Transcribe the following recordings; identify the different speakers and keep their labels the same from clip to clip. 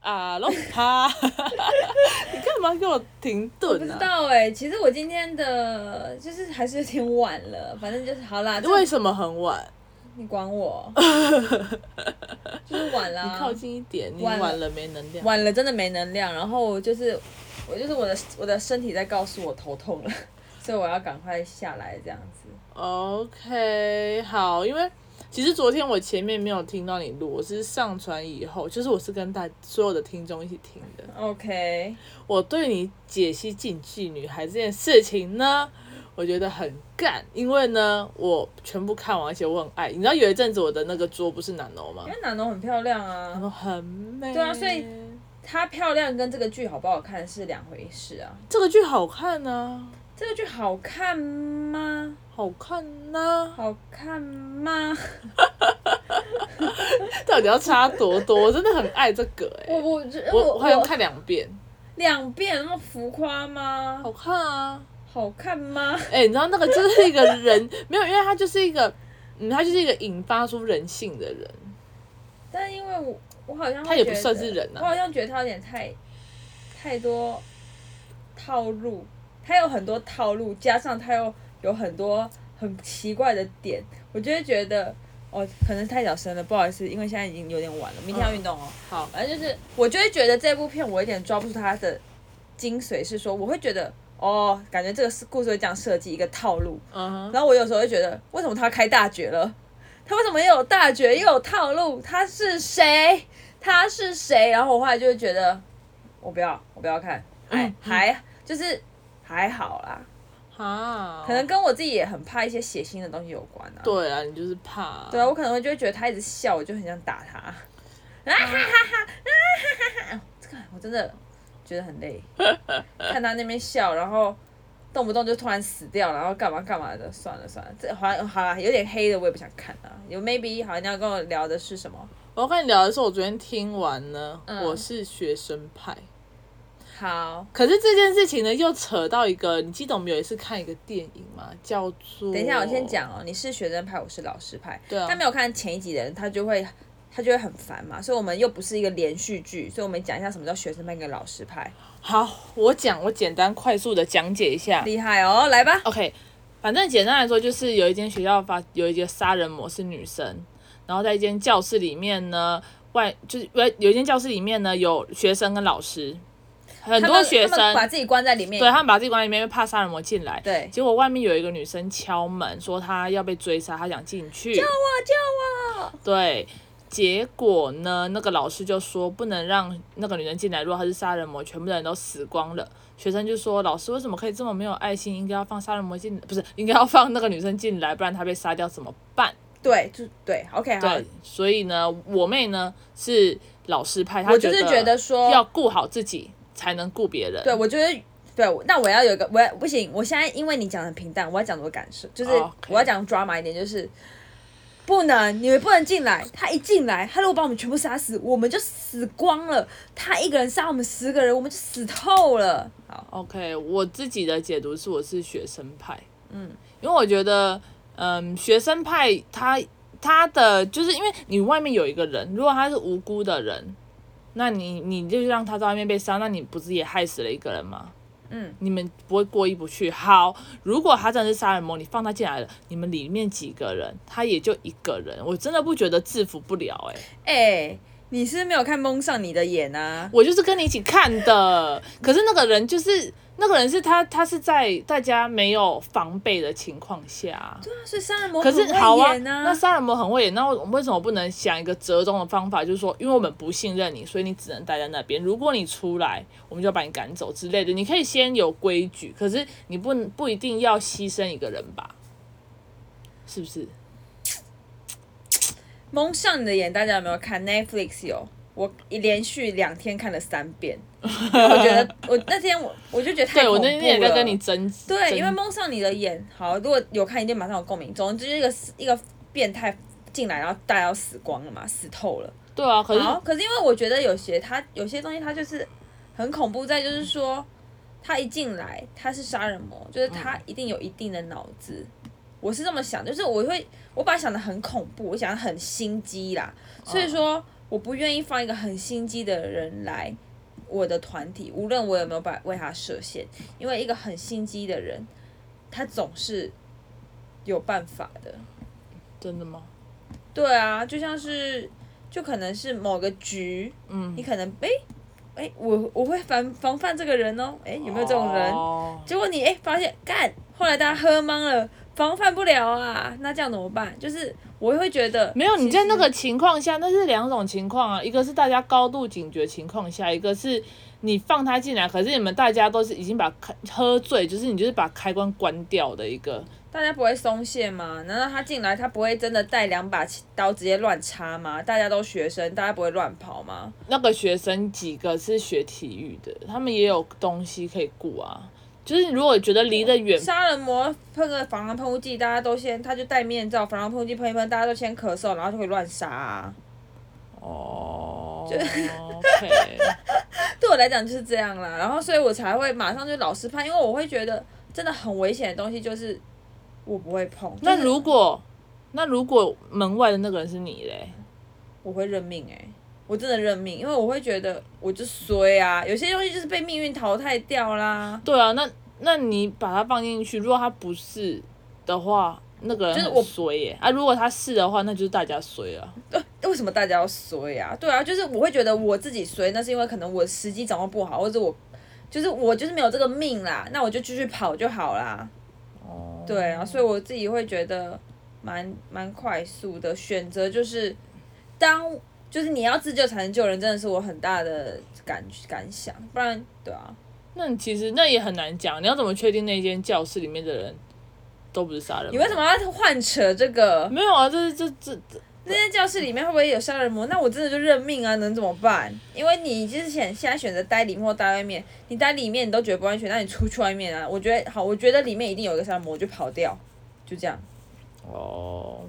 Speaker 1: 啊，龙趴， 你干嘛给我停
Speaker 2: 我不
Speaker 1: 顿
Speaker 2: 知
Speaker 1: 啊？
Speaker 2: 道哎、其实我今天的就是还是有点晚了， 反正就是好啦，这
Speaker 1: 为什么很晚？
Speaker 2: 你 管我，就是晚啦、
Speaker 1: 你靠近一点，你
Speaker 2: 晚了
Speaker 1: 晚了没能量。
Speaker 2: 啊晚了真的没能量，然后就是我就是我的我的身体在告诉我头痛了， 所以我要赶快下来这样子。
Speaker 1: OK，好，因为其实昨天我前面没有听到你录，我是上传以后，就是我是跟大所有的听众一起听的。
Speaker 2: OK，
Speaker 1: 我对你解析禁忌女孩这件事情呢，我觉得很干，因为呢，我全部看完，而且我很爱。你知道有一阵子我的那个桌不是南楼吗
Speaker 2: 因？为南农很漂亮
Speaker 1: 南
Speaker 2: 啊，
Speaker 1: 楼很美。
Speaker 2: 对啊所以她漂亮跟这个剧好不好看是两回事啊。
Speaker 1: 这个剧好看呢、
Speaker 2: 这个剧好看吗？
Speaker 1: 好看呢、
Speaker 2: 好看吗？
Speaker 1: 到底要差多多？我真的很爱这个哎、
Speaker 2: 我我
Speaker 1: 我
Speaker 2: 我
Speaker 1: 我好像
Speaker 2: 我
Speaker 1: 看两遍，
Speaker 2: 两遍那么浮夸吗？
Speaker 1: 好看啊。
Speaker 2: 好看吗？
Speaker 1: 哎、你知道那个就是一个人没有，因为他就是一个，嗯，他就是一个引发出人性的人。
Speaker 2: 但因为我我好像会
Speaker 1: 他也不
Speaker 2: 觉得
Speaker 1: 算是人啊
Speaker 2: 我好像觉得他有点太太多套路，他有很多套路，加上他又有很多很奇怪的点，我就会觉得哦，可能太小声了，不好意思，因为现在已经有点晚
Speaker 1: 嗯
Speaker 2: 了，明天要运动哦。
Speaker 1: 好，
Speaker 2: 反正就是我就会觉得这部片我有点抓不住它的精髓，是说我会觉得哦，感觉这个故事会这样设计一个套路，
Speaker 1: 嗯哼，
Speaker 2: 然后我有时候会觉得，为什么他开大绝了？他为什么又有大绝又有套路？他是谁？他是谁？然后我后来就会觉得，我不要，我不要看，还
Speaker 1: 嗯
Speaker 2: 还就是还好啦，
Speaker 1: 好，
Speaker 2: 可能跟我自己也很怕一些血腥的东西有关啊。
Speaker 1: 哦对啊，你就是怕。
Speaker 2: 对啊，我可能会就会觉得他一直笑，我就很想打他。啊哈哈哈！啊哈哈！这个我真的觉得很累，看他那边笑，然后动不动就突然死掉，然后干嘛干嘛的，算了算了，这好像好啦，有点黑的我也不想看啊。有 maybe 好像要跟我聊的是什么？
Speaker 1: 我要跟你聊的是，我昨天听完呢，
Speaker 2: 嗯
Speaker 1: 我是学生派。
Speaker 2: 好，
Speaker 1: 可是这件事情呢，又扯到一个，你记得我们有一次看一个电影吗？叫做……
Speaker 2: 等一下我先。讲哦，你是学生派，我是老师派。
Speaker 1: 对啊
Speaker 2: 他没有看前一集的人，他就会。他就会很烦嘛，所以我们又不是一个连续剧，所以我们讲一下什么叫学生派跟老师派，
Speaker 1: 好，我讲，我简单快速的讲解一下。
Speaker 2: 厉害哦，来吧。
Speaker 1: OK，反正简单来说，就是有一间学校发有一个杀人魔是女生，然后在一间教室里面呢，外就是有有一间教室里面呢有学生跟老师，很
Speaker 2: 他
Speaker 1: 多
Speaker 2: 们
Speaker 1: 学
Speaker 2: 他们
Speaker 1: 生
Speaker 2: 把自己关在里面，
Speaker 1: 对他们把自己关在里面，因为怕杀人魔进来。
Speaker 2: 对
Speaker 1: 结果外面有一个女生敲门，说她要被追杀，她想进去。
Speaker 2: 救我救我！
Speaker 1: 对，结果呢，那个老师就说不能让那个女人进来，如果她是杀人魔，全部的人都死光了。学生就说：“老师为什么可以这么没有爱心？应该要放杀人魔进，不是应该要放那个女生进来，不然她被杀掉怎么办
Speaker 2: 对，就对，OK，？”好
Speaker 1: 对，，所以呢，我妹呢是老师派，她
Speaker 2: 我就是觉得说
Speaker 1: 要顾好自己才能顾别人。
Speaker 2: 对我觉得。对，我那我要有一个，我要不行，我现在因为你讲的平淡，我要讲我的感受，就是
Speaker 1: 哦 OK
Speaker 2: 我要讲 drama 一点，就是不能，你们不能进来。他一进来，他如果把我们全部杀死，我们就死光了。他一个人杀我们十个人，我们就死透了。好，
Speaker 1: OK，我自己的解读是我是学生派，嗯，因为我觉得，嗯，学生派他他的就是因为你外面有一个人，如果他是无辜的人，那你你就让他在外面被杀，那你不是也害死了一个人吗？
Speaker 2: 嗯，
Speaker 1: 你们不会过意不去。好，如果他真的是杀人魔，你放他进来了，你们里面几个人，他也就一个人，我真的不觉得制服不了、欸，
Speaker 2: 哎、你是不是没有看蒙上你的眼啊？
Speaker 1: 我就是跟你一起看的，可是那个人就是那个人是他，他是在大家没有防备的情况下。
Speaker 2: 对啊，所以杀人魔
Speaker 1: 可
Speaker 2: 很
Speaker 1: 是
Speaker 2: 会
Speaker 1: 好啊，
Speaker 2: 演
Speaker 1: 那杀人魔很会演，那我们为什么不能想一个折中的方法？就是说，因为我们不信任你，所以你只能待在那边。如果你出来，我们就要把你赶走之类的。你可以先有规矩，可是你不不一定要牺牲一个人吧？是不是？
Speaker 2: 哦蒙上你的眼，大家有没有看 Netflix 有？我一连续两天看了三遍，因为我觉得 我那天我我就觉得太
Speaker 1: 对
Speaker 2: 恐
Speaker 1: 我
Speaker 2: 怖
Speaker 1: 那
Speaker 2: 了。
Speaker 1: 天也在跟你争，
Speaker 2: 对，
Speaker 1: 争
Speaker 2: 因为蒙上你的眼，好，如果有看一定马上有共鸣。总之就是一个一个变态进来，然后大家要死光了嘛，死透了。
Speaker 1: 对啊，可是
Speaker 2: 好，可是因为我觉得有些他有些东西他就是很恐怖，在就是说他一进来他是杀人魔，就是他一定有一定的脑子。我是这么想，就是我会我把它想的很恐怖，我想得很心机啦。所以说我不愿意放一个很心机的人来我的团体，无论我有没有把为他设限，因为一个很心机的人，他总是有办法的。
Speaker 1: 真的吗？
Speaker 2: 对啊，就像是，就可能是某个局，
Speaker 1: 嗯
Speaker 2: 你，可能诶诶，我我会防防范这个人哦，诶，有没有这种人？
Speaker 1: 哦
Speaker 2: 结果你诶发现干，后来大家喝懵了，防范不了啊，那这样怎么办？就是我会觉得
Speaker 1: 没有，你在那
Speaker 2: 其
Speaker 1: 个情况下，那是两种情况啊，一个是大家高度警觉情况下，一个是你放他进来，可是你们大家都是已经把开喝醉，就是你就是把开关关掉的一个，
Speaker 2: 实大家不会松懈吗？难道他进来他不会真的带两把刀直接乱插吗？大家都学生，大家不会乱跑吗？
Speaker 1: 那个学生几个是学体育的，他们也有东西可以顾啊。就是如果觉得离得远，
Speaker 2: 杀人魔喷个防狼喷雾剂，大家都先他就戴面罩，防狼喷雾剂喷一喷，大家都先咳嗽，然后就可以乱杀、啊。
Speaker 1: 哦，OK，
Speaker 2: 对我来讲就是这样啦，然后所以我才会马上就老实判，因为我会觉得真的很危险的东西就是我不会碰。就
Speaker 1: 那
Speaker 2: 是
Speaker 1: 如果那如果门外的那个人是你嘞？
Speaker 2: 我会认命哎、我真的认命，因为我会觉得我就衰啊，有些东西就是被命运淘汰掉啦。
Speaker 1: 对啊，那那你把它放进去，如果他不是的话，那个人
Speaker 2: 就是
Speaker 1: 很
Speaker 2: 我
Speaker 1: 衰耶、啊！如果他是的话，那就是大家衰了。
Speaker 2: 为什么大家要衰啊？对啊，就是我会觉得我自己衰，那是因为可能我时机掌握不好，或者我就是我就是没有这个命啦，那我就继续跑就好啦。
Speaker 1: 哦，
Speaker 2: 对啊，所以我自己会觉得蛮蛮快速的选择，就是当就是你要自救才能救人，真的是我很大的感感想，不然对啊，
Speaker 1: 那你其实那也很难讲，你要怎么确定那间教室里面的人都不是杀人魔？
Speaker 2: 你为什么要幻扯这个？
Speaker 1: 没有啊？这是这这这
Speaker 2: 那间教室里面会不会有杀人魔？那我真的就认命啊，能怎么办？因为你之前现在选择待里面或待外面，你待里面你都觉得不安全，那你出去外面啊？我觉得好，我觉得里面一定有一个杀人魔，我就跑掉，就这样。
Speaker 1: 哦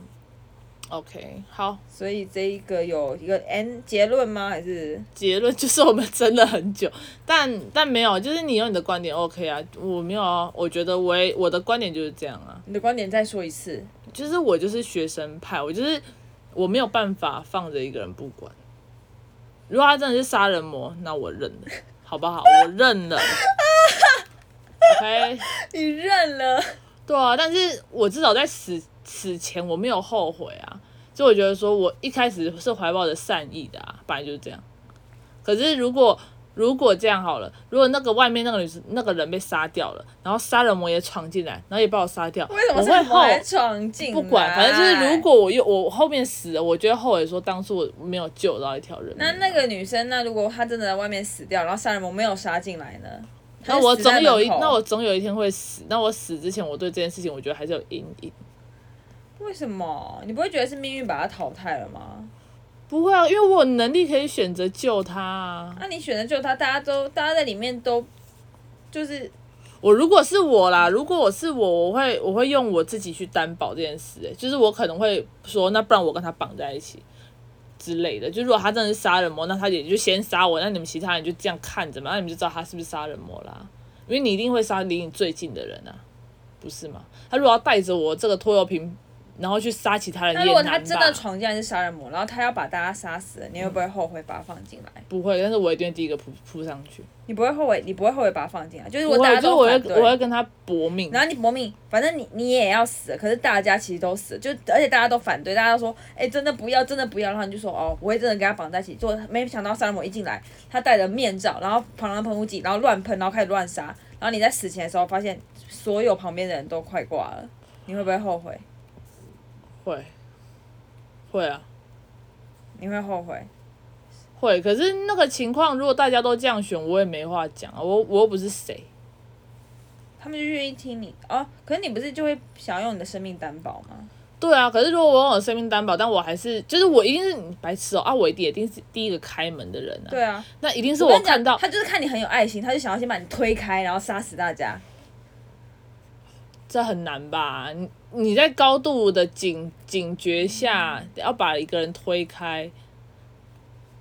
Speaker 1: ，OK，好，
Speaker 2: 所以这一个有一个 end 结论吗？还是
Speaker 1: 结论就是我们争了很久，但但没有，就是你有你的观点 OK 啊，我没有啊，我觉得我也我的观点就是这样啊。
Speaker 2: 你的观点再说一次？
Speaker 1: 就是我就是学生派，我就是我没有办法放着一个人不管。如果他真的是杀人魔，那我认了，好不好？我认了。OK，
Speaker 2: 你认了。
Speaker 1: 对啊，但是我至少在死死前我没有后悔啊，所以我觉得说我一开始是怀抱着善意的啊，本来就是这样。可是如果如果这样好了，如果那个外面那个女生那个人被杀掉了，然后杀人魔也闯进来，然后也把我杀掉，
Speaker 2: 为什么欸
Speaker 1: 我
Speaker 2: 是
Speaker 1: 会
Speaker 2: 我
Speaker 1: 后
Speaker 2: 来闯进来？
Speaker 1: 不管，反正就是如果我又我后面死了，我就会后悔说当初我没有救到一条人命。
Speaker 2: 那那个女生，那如果她真的在外面死掉，然后杀人魔没有杀进来呢？
Speaker 1: 那我
Speaker 2: 她就死在
Speaker 1: 总有一
Speaker 2: 门口
Speaker 1: 那我总有一天会死。那我死之前，我对这件事情我觉得还是有阴影。
Speaker 2: 为什么你不会觉得是命运把她淘汰了吗？
Speaker 1: 不会啊，因为我有能力可以选择救他啊。
Speaker 2: 那、你选择救她，大家都大家在里面都就是
Speaker 1: 我如果是我啦，如果我是我，我会我会用我自己去担保这件事、欸，就是我可能会说，那不然我跟他绑在一起之类的。就如果他真的是杀人魔，那他也就先杀我，那你们其他人就这样看着嘛，那你们就知道他是不是杀人魔啦。因为你一定会杀离你最近的人啊，不是吗？他如果要带着我这个拖油瓶，然后去杀其他人，
Speaker 2: 那
Speaker 1: 也
Speaker 2: 如果
Speaker 1: 难
Speaker 2: 她真
Speaker 1: 吧？
Speaker 2: 的
Speaker 1: 嗯
Speaker 2: 闯进来是杀人魔，然后她要把大家杀死了，你会不会后悔把她放进来？
Speaker 1: 不会，但是我一定会第一个扑扑上去。
Speaker 2: 你不会后悔，你不会后悔把她放进来，就是如
Speaker 1: 我
Speaker 2: 果大
Speaker 1: 会，
Speaker 2: 家
Speaker 1: 就是
Speaker 2: 都
Speaker 1: 我
Speaker 2: 反
Speaker 1: 会，我会
Speaker 2: 对。
Speaker 1: 跟他搏命。
Speaker 2: 然后你搏命，反正你你也要死，可是大家其实都死，就而且大家都反对，大家都说，哎、真的不要，真的不要，然后你就说，哦，我会真的跟他绑在一起，就没想到杀人魔一进来，他戴着面罩，然后旁人喷雾剂，然后乱喷，然后开始乱杀，然后你在死前的时候发现所有旁边的人都快挂了，你会不会后悔？
Speaker 1: 会，会啊。
Speaker 2: 你会后悔？
Speaker 1: 会，可是那个情况，如果大家都这样选，我也没话讲啊，我我又不是谁，
Speaker 2: 他们就愿意听你哦，可是你不是就会想要用你的生命担保吗？
Speaker 1: 对啊。可是如果我有生命担保，但我还是就是我一定是你白痴哦、啊，我一定一定是第一个开门的人啊，
Speaker 2: 对啊，
Speaker 1: 那一定是
Speaker 2: 我跟
Speaker 1: 我
Speaker 2: 你讲
Speaker 1: 看到
Speaker 2: 他就是看你很有爱心，他就想要先把你推开，然后杀死大家。
Speaker 1: 这很难吧？你你在高度的警警觉下，
Speaker 2: 嗯
Speaker 1: 要把一个人推开，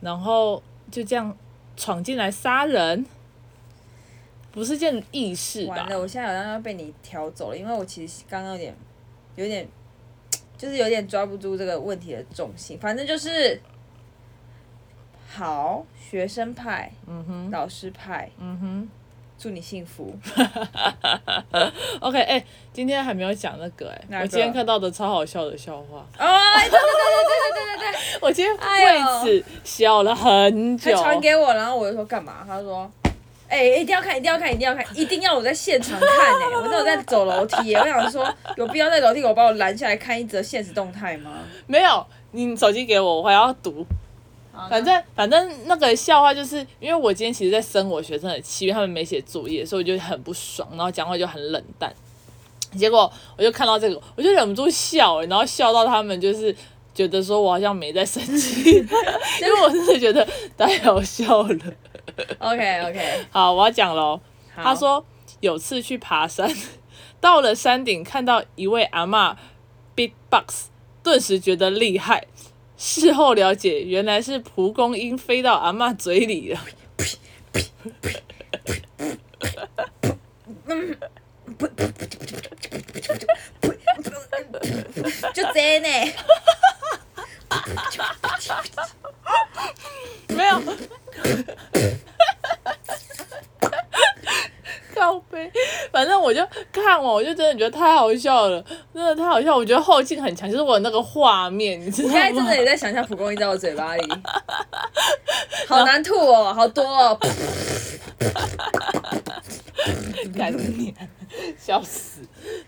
Speaker 1: 然后就这样闯进来杀人，不是件易事吧
Speaker 2: 完？了，我现在好像要被你挑走了，因为我其实刚刚有点，有点，就是有点抓不住这个问题的重心。反正就是，好，学生派、
Speaker 1: 嗯哼，
Speaker 2: 老师派，
Speaker 1: 嗯哼。
Speaker 2: 祝你幸福。
Speaker 1: OK，哎、今天还没有讲那个哎、
Speaker 2: 哪
Speaker 1: 我
Speaker 2: 个
Speaker 1: 今天看到的超好笑的笑话，
Speaker 2: 哦，对对对对对对对对，
Speaker 1: 我今天
Speaker 2: 哎呦
Speaker 1: 为此笑了很久
Speaker 2: 他。传给我，然后我就说干嘛？他说。哎、一定要看，一定要看，一定要看，一定要我在现场看哎、 我那我在走楼梯、欸，我想说，有必要在楼梯口把我拦下来看一则现实动态吗？
Speaker 1: 没有，你手机给我，我还要读。反正反正那个笑话就是，因为我今天其实在生我学生的气，因为他们没写作业，所以我就很不爽，然后讲话就很冷淡。结果我就看到这个，我就忍不住笑、然后笑到他们就是觉得说我好像没在生 气，因为我真的觉得太好笑了。
Speaker 2: OK OK，
Speaker 1: 好，我要讲哦喽。
Speaker 2: 好
Speaker 1: 他说有次去爬山， 到了山顶看到一位阿嬷 big box，顿时觉得厉害。事后了解，原来是蒲公英飞到阿嬷嘴里 了。
Speaker 2: 就这呢、
Speaker 1: 没有。 靠背，反正我就看完，我就真的觉得太好笑了，真的太好笑。我觉得后劲很强，就是我有那个画面，你知道
Speaker 2: 我
Speaker 1: 吗？
Speaker 2: 现在真的也在想象蒲公英在我嘴巴 里，好难吐哦，好多哦。
Speaker 1: 干你，笑死！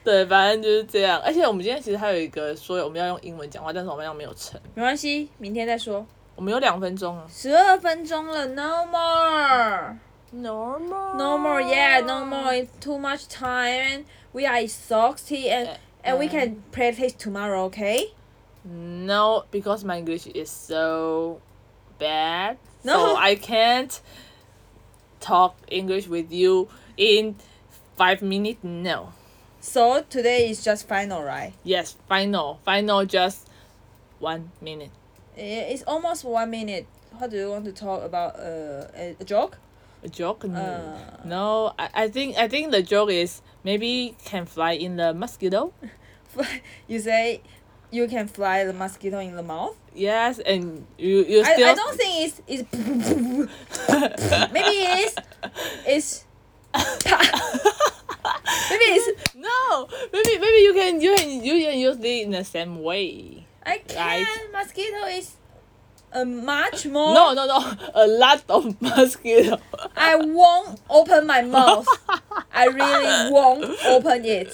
Speaker 1: 对，反正就是这样。而且我们今天其实还有一个说我们要用英文讲话，但是我们要没有成，
Speaker 2: 没关系，明天再说。
Speaker 1: 我们有两分钟啊。
Speaker 2: 十二分钟了，No more。
Speaker 1: Normal,
Speaker 2: No more, yeah, no more. It's too much time. We are exhausted and and we can practice tomorrow, okay?
Speaker 1: No, because my English is so bad, so
Speaker 2: No.
Speaker 1: I can't talk English with you in five minutes. No.
Speaker 2: So today is just final, right?
Speaker 1: Yes, final, final, just one minute.
Speaker 2: I- Eh, It's almost one minute. How do you want to talk about uh, a a joke?
Speaker 1: A joke? No.
Speaker 2: Uh.
Speaker 1: no, I, I think I think the joke is maybe can fly in the mosquito.
Speaker 2: You say you can fly the mosquito in the mouth.
Speaker 1: Yes, and you you
Speaker 2: I,
Speaker 1: still
Speaker 2: I don't think it's it's maybe it's it's maybe it's
Speaker 1: no maybe maybe you can you can you can use it in the same way.
Speaker 2: I can mosquito is a much more.
Speaker 1: No no no, a lot of mosquito.
Speaker 2: I won't open my mouth. I really won't open it.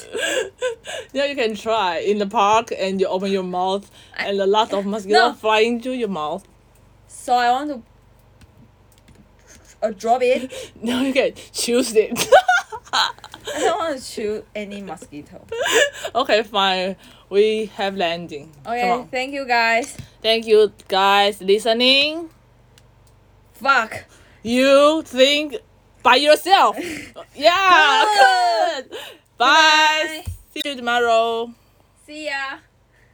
Speaker 1: yeah, you can try in the park and you open your mouth
Speaker 2: I-
Speaker 1: and a lot of mosquito
Speaker 2: No.
Speaker 1: fly into your mouth.
Speaker 2: So I want to uh, drop it.
Speaker 1: No, you can choose it.
Speaker 2: I don't want to shoot any mosquito.
Speaker 1: okay, fine. We have landing. Come
Speaker 2: Okay,
Speaker 1: on.
Speaker 2: thank you guys.
Speaker 1: Thank you guys listening.
Speaker 2: Fuck.
Speaker 1: You think by yourself. yeah.
Speaker 2: Good.
Speaker 1: Good. Bye.
Speaker 2: Bye.
Speaker 1: See you tomorrow.
Speaker 2: See ya.